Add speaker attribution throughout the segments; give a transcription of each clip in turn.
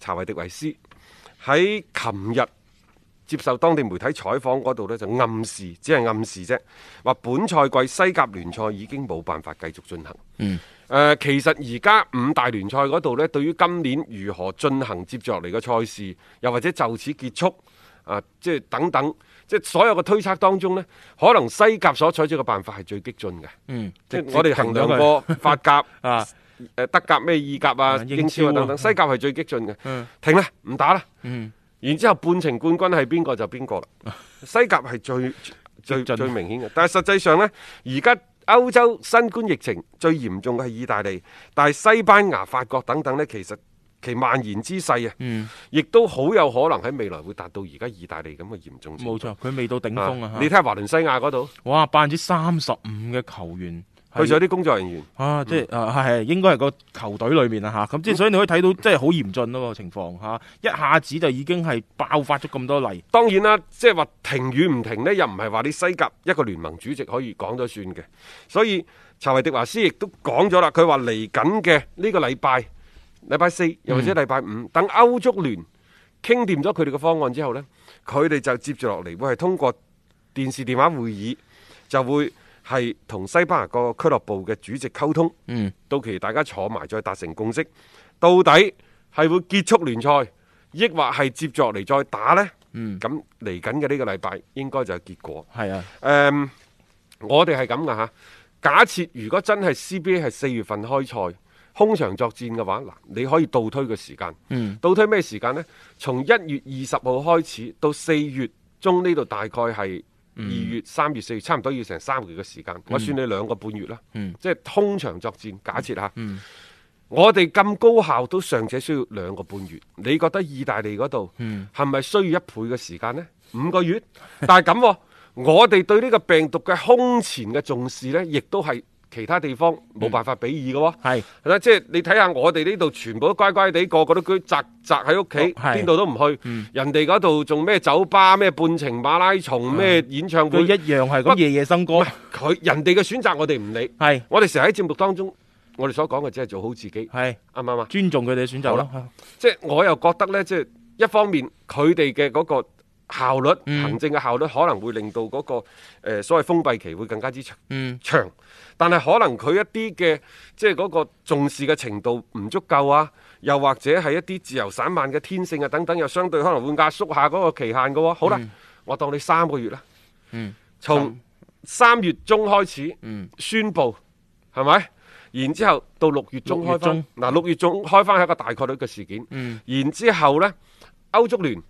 Speaker 1: 查維迪維斯喺琴日接受當地媒體採訪嗰度呢，就暗示，只係暗示啫，話本賽季西甲聯賽已經冇辦法繼續進行。
Speaker 2: 嗯
Speaker 1: 誒、其實而家五大聯賽嗰度呢，對於今年如何進行接住落嚟嘅賽事，又或者就此結束啊，即係等等，即係所有嘅推測當中呢，可能西甲所採取嘅辦法係最激進嘅。
Speaker 2: 嗯，
Speaker 1: 即係
Speaker 2: 直
Speaker 1: 我哋
Speaker 2: 直停
Speaker 1: 衡
Speaker 2: 咗
Speaker 1: 量
Speaker 2: 佢
Speaker 1: 過法甲
Speaker 2: 啊，
Speaker 1: 誒呃德甲咩意甲啊、
Speaker 2: 啊英
Speaker 1: 英超啊
Speaker 2: 超啊
Speaker 1: 等等，西甲係最激進嘅。
Speaker 2: 嗯
Speaker 1: 停啦，唔打啦。
Speaker 2: 嗯
Speaker 1: 然之後半程冠軍係邊個就邊個啦。西甲係最最
Speaker 2: 激進
Speaker 1: 最明顯嘅，但係實際上呢，而家歐洲新冠疫情最嚴重嘅係意大利，但係西班牙、法國等等呢，其實其蔓延之勢啊，
Speaker 2: 嗯，
Speaker 1: 亦都好有可能喺未來會達到而家意大利咁嘅嚴重程度
Speaker 2: 冇錯，佢未到頂峰啊
Speaker 1: 你睇
Speaker 2: 嚇！
Speaker 1: 下華倫西亞嗰度，
Speaker 2: 哇，百分之三十五嘅球員
Speaker 1: 佢
Speaker 2: 係
Speaker 1: 仲有啲工作人員。
Speaker 2: 啊，即係
Speaker 1: 嗯
Speaker 2: 啊，係應該係個球隊裏面啊嚇，咁即係所以你可以睇到，即係好嚴峻咯個情況嚇，一下子就已經係爆發咗咁多例，
Speaker 1: 當然啦，即係話停與唔停呢，又唔係話你西甲一個聯盟主席可以講咗算嘅。所以查維迪華斯亦都講咗啦，佢話嚟緊嘅呢個禮拜，禮拜四又或者禮拜五，等歐足聯傾掂咗佢哋嘅方案之後呢，佢哋就接住落嚟會係通過電視電話會議，就會係同西班牙個俱樂部嘅主席溝通。
Speaker 2: 嗯，
Speaker 1: 到期大家坐埋再達成共識，到底係會結束聯賽，抑或係接落嚟再打呢？
Speaker 2: 嗯
Speaker 1: 咁嚟緊嘅呢個禮拜應該就係結果。
Speaker 2: 係啊，
Speaker 1: 誒、我哋係咁嘅嚇。假設如果真係 CBA 係四月份開賽，空場作戰嘅話，嗱，你可以倒推嘅時間。
Speaker 2: 嗯
Speaker 1: 倒推咩時間呢？從一月二十號開始到四月中呢度，大概係二
Speaker 2: 嗯
Speaker 1: 月、三月、四月，差唔多要成三個月嘅時間。我算你兩個半月啦，
Speaker 2: 嗯
Speaker 1: 即係空場作戰。假設嚇，
Speaker 2: 嗯
Speaker 1: 我哋咁高效都尚且需要兩個半月。你覺得意大利嗰度
Speaker 2: 嗯
Speaker 1: 係咪需要一倍嘅時間呢？五個月， 但係咁喎，我哋對呢個病毒嘅空前嘅重視呢，亦都係其他地方
Speaker 2: 嗯
Speaker 1: 冇辦法比擬嘅喎。
Speaker 2: 係
Speaker 1: 係啦，即係你睇下我哋呢度全部都乖乖地，個個都居宅宅喺屋企，
Speaker 2: 哦係
Speaker 1: 邊度都唔去。人哋嗰度仲咩酒吧、咩半程馬拉松、咩演唱
Speaker 2: 嗯佢
Speaker 1: 會，
Speaker 2: 一樣係咁夜夜笙歌，
Speaker 1: 佢人哋嘅選擇我哋唔理。
Speaker 2: 係
Speaker 1: 我哋成日喺節目當中，我哋所講嘅只係做好自己，啱
Speaker 2: 係
Speaker 1: 唔啱啊？
Speaker 2: 尊重佢哋嘅選擇咯，
Speaker 1: 即係我又覺得呢，即係一方面佢哋嘅嗰個效率、
Speaker 2: 嗯
Speaker 1: 行政嘅效率，可能會令到嗰、個、呃、所謂封閉期會更加之長。
Speaker 2: 嗯
Speaker 1: 長，但係可能佢一啲嘅即係嗰個重視嘅程度唔足夠啊，又或者係一啲自由散漫嘅天性啊等等，又相對可能會壓縮下嗰個期限嘅喎、好啦，我當你三個月啦，
Speaker 2: 嗯，
Speaker 1: 從三月中開始，
Speaker 2: 嗯
Speaker 1: 宣布係咪？然之後到六月中
Speaker 2: 六月
Speaker 1: 開翻
Speaker 2: 中，
Speaker 1: 嗱六月中開翻係一個大概率嘅事件。
Speaker 2: 嗯
Speaker 1: 然之後呢，歐足聯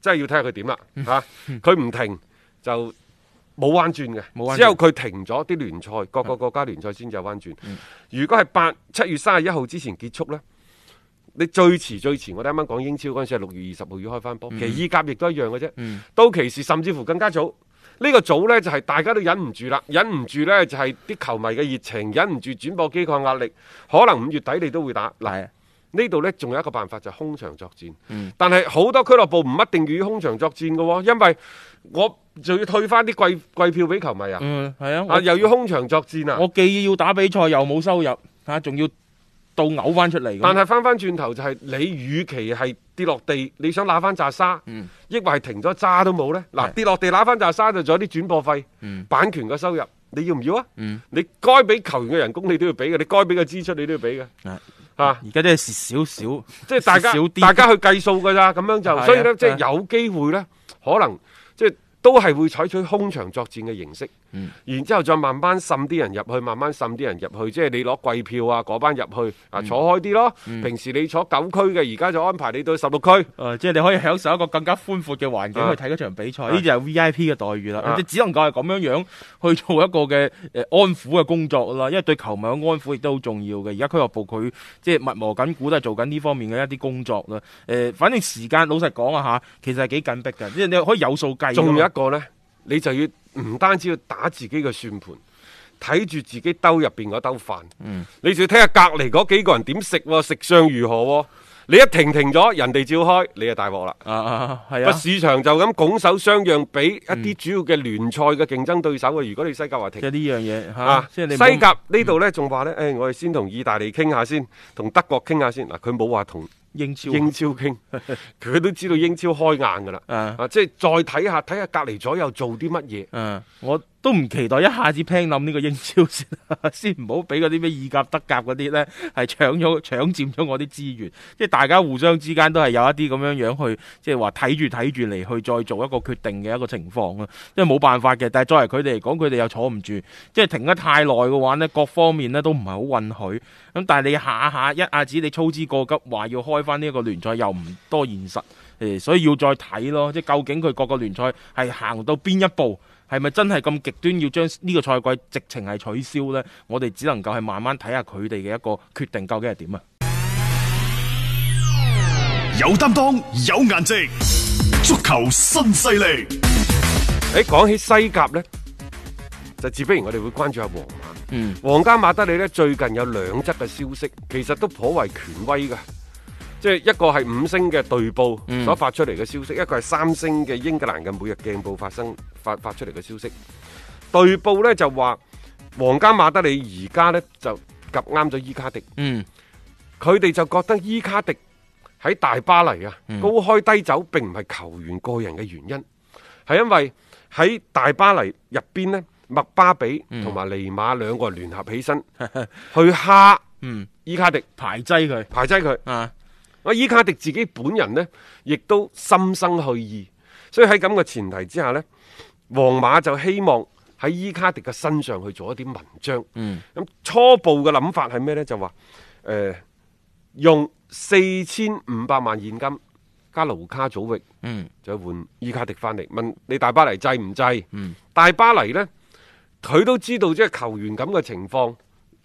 Speaker 1: 真係要睇下佢點啦
Speaker 2: 嗯
Speaker 1: 嚇，佢唔、停就冇彎轉
Speaker 2: 冇彎
Speaker 1: 嘅，
Speaker 2: 轉嗯
Speaker 1: 只有佢停咗啲聯賽，各個國家聯賽先至有彎轉。如果係八七月三十一號之前結束呢，你最遲最遲，我哋啱啱講英超嗰陣時係六月二十號要開翻波，其實意甲亦都一樣嘅啫。
Speaker 2: 嗯
Speaker 1: 到期時甚至乎更加早。呢個早呢，就係、大家都忍唔住啦，忍唔住呢，就係、啲球迷嘅熱情，忍唔住轉播機構壓力，可能五月底你都會打。嗱
Speaker 2: 係，
Speaker 1: 呢度呢，仲有一個辦法就係、空場作戰。
Speaker 2: 嗯
Speaker 1: 但係好多俱樂部唔一定要空場作戰嘅喎、因為我就要退翻啲貴貴票俾球迷啊，
Speaker 2: 嗯係啊，
Speaker 1: 啊
Speaker 2: 我
Speaker 1: 又要空場作戰啊。
Speaker 2: 我既要打比賽又冇收入嚇，仲要到嘔翻出嚟
Speaker 1: 但
Speaker 2: 咁，
Speaker 1: 係翻翻轉頭就係、你，與其係跌落地，你想揦翻扎沙，
Speaker 2: 嗯
Speaker 1: 抑或係停咗渣都冇呢？嗱，
Speaker 2: 係
Speaker 1: 跌落地揦翻扎沙就仲有啲轉播費、
Speaker 2: 嗯
Speaker 1: 版權嘅收入，你要唔要啊？
Speaker 2: 嗯
Speaker 1: 你該俾球員嘅人工你都要俾嘅，你該俾嘅支出你都要俾嘅，
Speaker 2: 係
Speaker 1: 嚇、
Speaker 2: 而家真係蝕少少，
Speaker 1: 即係大家
Speaker 2: 少啲
Speaker 1: 大家去計數㗎咋，咁樣
Speaker 2: 係
Speaker 1: 就
Speaker 2: 啊
Speaker 1: 所以呢，即
Speaker 2: 係啊
Speaker 1: 係有機會呢，可能即係都係會採取空場作戰嘅形式。
Speaker 2: 嗯
Speaker 1: 然之後再慢慢滲啲人入去，慢慢滲啲人入去，即係你攞季票啊嗰班入去啊
Speaker 2: 嗯
Speaker 1: 坐開啲咯。平時你坐九區嘅，而家就安排你到十六區。
Speaker 2: 誒，呃即係你可以享受一個更加寬闊嘅環境
Speaker 1: 啊
Speaker 2: 去睇嗰場比賽，呢就係 V I P 嘅待遇啦
Speaker 1: 啊。
Speaker 2: 你只能夠係咁樣樣去做一個嘅誒呃安撫嘅工作啦，因為對球迷嘅安撫亦都好重要嘅。而家俱樂部佢即係密磨緊鼓都係做緊呢方面嘅一啲工作啦。誒，反正時間老實講啊嚇，其實係幾緊迫嘅，即係啊你可以有數計㗎嘛。
Speaker 1: 仲有一個呢，你就要唔單止要打自己嘅算盤，睇住自己兜入邊嗰兜飯，
Speaker 2: 嗯
Speaker 1: 你仲要睇下隔離嗰幾個人點食喎，食相如何喎。你一停停咗，人哋照開，你就大鑊啦。
Speaker 2: 啊啊，係
Speaker 1: 個
Speaker 2: 啊。嗯
Speaker 1: 市場就咁拱手相讓，俾一啲主要嘅聯賽嘅競爭對手啊。如果你西甲話
Speaker 2: 即係
Speaker 1: 停。
Speaker 2: 呢樣嘢嚇
Speaker 1: 啊！，
Speaker 2: 即係你
Speaker 1: 西
Speaker 2: 冇
Speaker 1: 甲呢度呢，仲話呢，誒，我哋先同意大利傾下先，同德國傾下先。嗱，佢冇話同
Speaker 2: 英超
Speaker 1: 英超 傾，佢都知道英超開硬㗎啦。
Speaker 2: 啊
Speaker 1: 啊，即係再睇下睇下隔離左右做啲乜嘢。
Speaker 2: 嗯，我都唔期待一下子拼冧呢個英超先，啊先唔好俾嗰啲咩意甲、德甲嗰啲呢係搶咗、搶佔咗我啲資源，即係大家互相之間都係有一啲咁樣樣去，即係話睇住睇住嚟去再做一個決定嘅一個情況啦。因為冇辦法嘅，但係作為佢哋嚟講，佢哋又坐唔住，即係停得太耐嘅話呢，各方面呢都唔係好允許。咁但係你下下一下子你操之過急，話要開翻呢一個聯賽又唔多現實，誒，所以要再睇咯，即係究竟佢各個聯賽係行到邊一步。係咪真係咁極端要將呢個賽季直情係取消呢？我哋只能夠係慢慢睇下佢哋嘅一個決定究竟係點啊！
Speaker 3: 有擔當，有顏值，足球新勢力。
Speaker 1: 誒，講起西甲呢，就自不然我哋會關注下皇馬。
Speaker 2: 嗯，
Speaker 1: 皇家馬德里呢，最近有兩則嘅消息，其實都頗為權威㗎。即係一個係五星嘅隊報
Speaker 2: 嗯
Speaker 1: 所發出嚟嘅消息，一個係三星嘅英格蘭嘅每日鏡報發生發發出嚟嘅消息。隊報呢就話皇家馬德里而家呢就夾啱咗伊卡迪，
Speaker 2: 嗯，
Speaker 1: 佢哋就覺得伊卡迪喺大巴黎啊、
Speaker 2: 嗯
Speaker 1: 高開低走並唔係球員個人嘅原因，係因為喺大巴黎入邊呢，麥巴比
Speaker 2: 嗯
Speaker 1: 同埋尼馬兩個聯合起 身去蝦
Speaker 2: 嗯，
Speaker 1: 伊卡迪
Speaker 2: 排擠佢
Speaker 1: 排擠佢。
Speaker 2: 啊，
Speaker 1: 我伊卡迪自己本人呢，亦都心生去意，所以喺咁嘅前提之下呢，皇馬就希望喺伊卡迪嘅身上去做一啲文章。
Speaker 2: 嗯，
Speaker 1: 咁初步嘅諗法係咩呢？就話誒、呃用四千五百萬現金加盧卡祖域
Speaker 2: 嗯，
Speaker 1: 就換伊卡迪翻嚟，問你大巴黎制唔制？大巴黎呢，佢都知道即係球員咁嘅情況，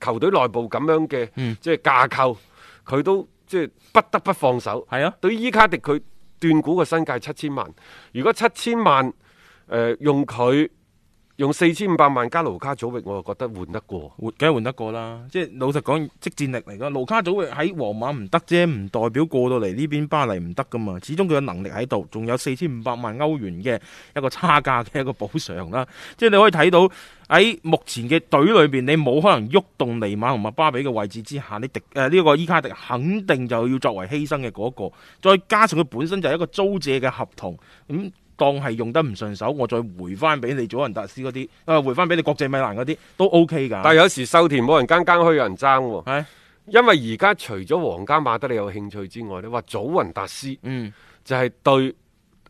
Speaker 1: 球隊內部咁樣嘅、
Speaker 2: 嗯
Speaker 1: 即係架構，佢都即係不得不放手。
Speaker 2: 係啊，
Speaker 1: 對伊卡迪佢斷估個身價七千萬，如果七千萬誒、呃用佢用四千五百萬加盧卡祖域，我就覺得換得過。
Speaker 2: 換梗係換得過啦。即係老實講，即戰力嚟講，盧卡祖喺皇馬唔得啫，唔代表過到嚟呢邊巴黎唔得噶嘛。始終佢嘅能力喺度，仲有四千五百萬歐元嘅一個差價嘅一個補償啦。即係你可以睇到喺目前嘅隊裏邊，你冇可能喐動尼馬同埋巴比嘅位置之下，你迪誒呢個伊卡迪肯定就要作為犧牲嘅嗰、個，再加上佢本身就係一個租借嘅合同，咁、當係用得唔順手，我再回翻俾你祖雲達斯嗰啲，誒、回翻俾你國際米蘭嗰啲都 OK 㗎。
Speaker 1: 但係有時收田冇人耕，耕墟有人爭喎。
Speaker 2: 係
Speaker 1: 因為而家除咗皇家馬德里有興趣之外呢話祖雲達斯
Speaker 2: 嗯，
Speaker 1: 就係對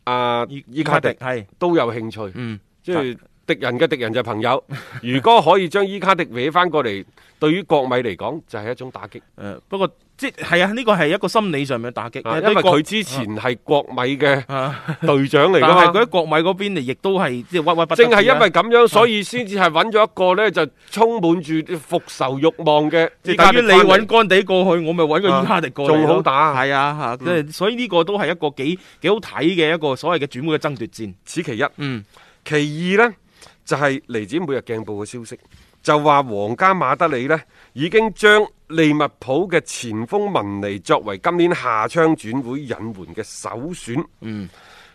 Speaker 1: 啊
Speaker 2: 伊
Speaker 1: 伊卡迪
Speaker 2: 係
Speaker 1: 都有興趣。
Speaker 2: 嗯
Speaker 1: 即係敵人嘅敵人就係朋 友。如果可以將伊卡迪搲翻過嚟，對於國米嚟講就係一種打擊，
Speaker 2: 誒、不過即係啊，呢個係一個心理上面嘅打擊，
Speaker 1: 啊因
Speaker 2: 對
Speaker 1: 為
Speaker 2: 國
Speaker 1: 佢之前係國米嘅
Speaker 2: 啊，
Speaker 1: 隊長嚟
Speaker 2: 但
Speaker 1: 㗎嘛。
Speaker 2: 係佢喺國米嗰邊亦都係即係屈屈不得
Speaker 1: 正係
Speaker 2: 志啊
Speaker 1: 因為咁樣，所以先至係揾咗一個呢，就充滿住復仇欲望嘅
Speaker 2: 即
Speaker 1: 伊
Speaker 2: 係
Speaker 1: 卡
Speaker 2: 等
Speaker 1: 迪
Speaker 2: 於
Speaker 1: 翻
Speaker 2: 你
Speaker 1: 嚟。
Speaker 2: 揾干地過去，我咪揾個伊卡迪過嚟咯
Speaker 1: 啊嗯仲好打
Speaker 2: 係啊，嚇、即係所以呢個都係一個幾幾好睇嘅一個所謂嘅轉會嘅爭奪戰。
Speaker 1: 此其一。
Speaker 2: 嗯
Speaker 1: 其二呢，就係嚟自每日鏡報嘅消息，就話皇家馬德里呢已經將利物浦嘅前鋒文尼作為今年夏窗轉會引援嘅首選。
Speaker 2: 嗯，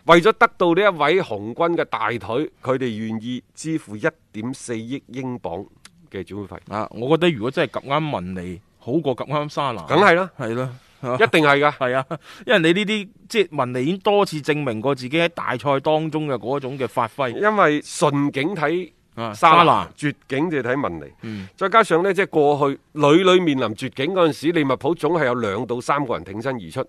Speaker 1: 為咗得到呢一位紅軍嘅大腿，佢哋願意支付一點四億英鎊嘅轉會費，
Speaker 2: 啊，我覺得如果真係及啱文尼，好過及啱沙拿，
Speaker 1: 梗係啦，
Speaker 2: 係啦。
Speaker 1: 一定係噶。
Speaker 2: 係啊，因為你呢啲即係文尼已經多次證明過自己喺大賽當中嘅嗰種嘅發揮，
Speaker 1: 因為順境睇
Speaker 2: 啊
Speaker 1: 哦沙拿
Speaker 2: 拿，
Speaker 1: 絕境就睇文尼。
Speaker 2: 嗯
Speaker 1: 再加上呢，即係過去屢屢面臨絕境嗰陣時，利物浦總係有兩到三個人挺身而出。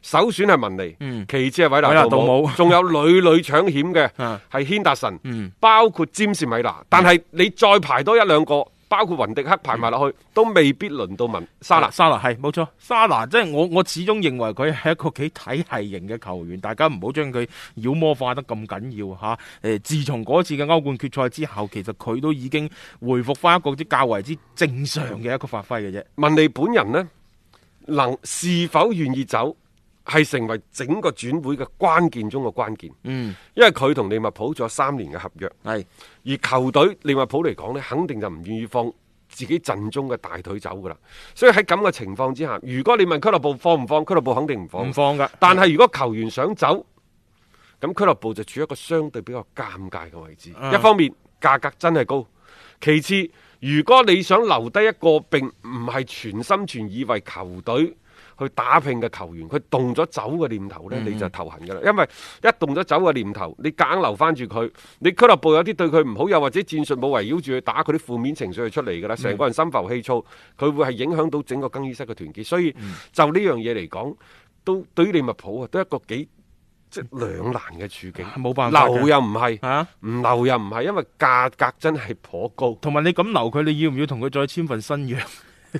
Speaker 1: 首選係文尼，
Speaker 2: 嗯
Speaker 1: 其次係韋納杜
Speaker 2: 韋納杜
Speaker 1: 姆
Speaker 2: 姆，
Speaker 1: 仲有屢屢搶險嘅
Speaker 2: 啊
Speaker 1: 係軒達臣，
Speaker 2: 嗯
Speaker 1: 包括詹士米拿。但係你再排多一兩個，包括雲迪克排埋
Speaker 2: 嗯
Speaker 1: 落去，都未必輪到文沙拿。
Speaker 2: 沙拿係冇錯，沙拿即係我我始終認為佢係一個幾體系型嘅球員，大家唔好將佢妖魔化得咁緊要嚇。誒、自從嗰次嘅歐冠決賽之後，其實佢都已經回復翻一個啲較為之正常嘅一個發揮嘅啫。
Speaker 1: 文尼本人呢，能是否願意走，係成為整個轉會嘅關鍵中嘅關鍵，
Speaker 2: 嗯，
Speaker 1: 因為佢同利物浦仲有三年嘅合約。
Speaker 2: 係
Speaker 1: 而球隊利物浦嚟講呢，肯定就唔願意放自己陣中嘅大腿走噶啦。所以喺咁嘅情況之下，如果你問俱樂部放唔放，俱樂部肯定唔放。
Speaker 2: 唔放㗎。
Speaker 1: 但係如果球員想走，咁俱樂部就處於一個相對比較尷尬嘅位置。
Speaker 2: 嗯
Speaker 1: 一方面價格真係高，其次如果你想留低一個並唔係全心全意為球隊。去打拼嘅球員，佢動咗走嘅念頭呢，你就頭痕㗎啦。因為一動咗走嘅念頭，你夾硬留翻住佢，你俱樂部有啲對佢唔好，又或者戰術冇圍繞住佢打，佢啲負面情緒就出嚟㗎啦。成個人心浮氣躁，佢會係影響到整個更衣室嘅團結。所以就呢樣嘢嚟講，都對於利物浦啊，都一個幾即係兩難嘅處境。
Speaker 2: 啊冇辦法嘅
Speaker 1: 留又唔係，
Speaker 2: 啊！
Speaker 1: 唔留又唔係，因為價格真係頗 高，
Speaker 2: 同埋你咁留佢，你要唔要同佢再簽份新約？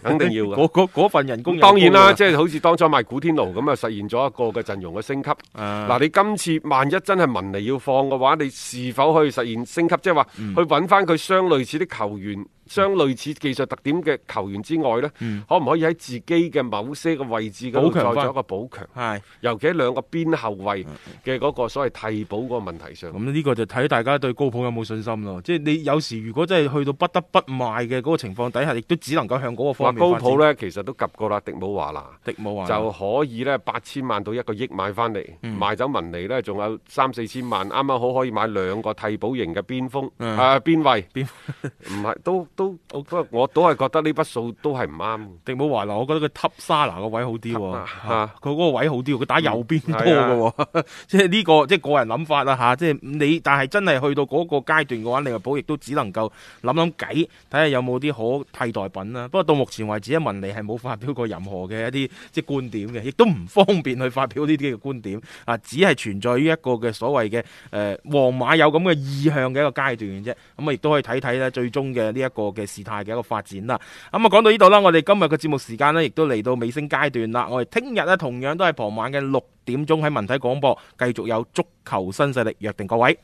Speaker 1: 肯定要嘅。
Speaker 2: 嗰嗰嗰份人工
Speaker 1: 咁
Speaker 2: 又
Speaker 1: 當然啦，
Speaker 2: 高㗎啊
Speaker 1: 即係好似當初賣古天奴咁啊，實現咗一個嘅陣容嘅升級。
Speaker 2: 啊
Speaker 1: 嗱，你今次萬一真係文尼要放嘅話，你是否可以實現升級？即係話
Speaker 2: 嗯
Speaker 1: 去揾翻佢相類似啲球員、相類似技術特點嘅球員之外呢，可唔可以喺自己嘅某些嘅位置嗰度
Speaker 2: 嗯補
Speaker 1: 再
Speaker 2: 強返
Speaker 1: 做一個補強？
Speaker 2: 係
Speaker 1: 尤其喺兩個邊後衞嘅嗰個所謂替補嗰個問題上，
Speaker 2: 嗯咁呢個就睇大家對高普有冇信心咯。即係你有時如果真係去到不得不賣嘅嗰個情況底下，亦都只能夠向嗰個
Speaker 1: 話
Speaker 2: 方面
Speaker 1: 高普
Speaker 2: 咧，
Speaker 1: 呢，其實都及過啦，迪姆華拿。
Speaker 2: 迪姆啊，
Speaker 1: 就可以咧八千萬到一個億買翻嚟，
Speaker 2: 嗯
Speaker 1: 賣走文尼呢，仲有三四千萬，啱啱好可以買兩個替補型嘅邊鋒，
Speaker 2: 嗯
Speaker 1: 啊邊位，
Speaker 2: 邊
Speaker 1: 唔係都都，不過我都係覺得呢筆數都係唔啱。
Speaker 2: 迪姆華拿，我覺得佢揼沙拿個位好啲喎，
Speaker 1: 啊
Speaker 2: 嚇佢嗰個位好啲喎，佢打右邊多
Speaker 1: 嗯
Speaker 2: 嘅喎， 即係呢個即係個人諗法啦嚇，即係你但係真係去到嗰個階段嘅話，利物浦亦都只能夠諗諗計，睇下有冇啲可替代品啊啦。不過到目前為止，文尼係冇發表過任何嘅一啲即係觀點嘅，亦都唔方便去發表呢啲嘅觀點啊，只係存在於一個嘅所謂嘅誒皇馬有咁嘅意向嘅一個階段嘅啫。咁啊，亦都可以睇睇咧最終嘅呢一個嘅事態嘅一個發展啦。咁啊，講到呢度啦，我哋今日嘅節目時間呢，亦都嚟到尾聲階段啦。我哋聽日呢，同樣都係傍晚嘅六點鐘喺文體廣播繼續有足球新勢力，約定各位。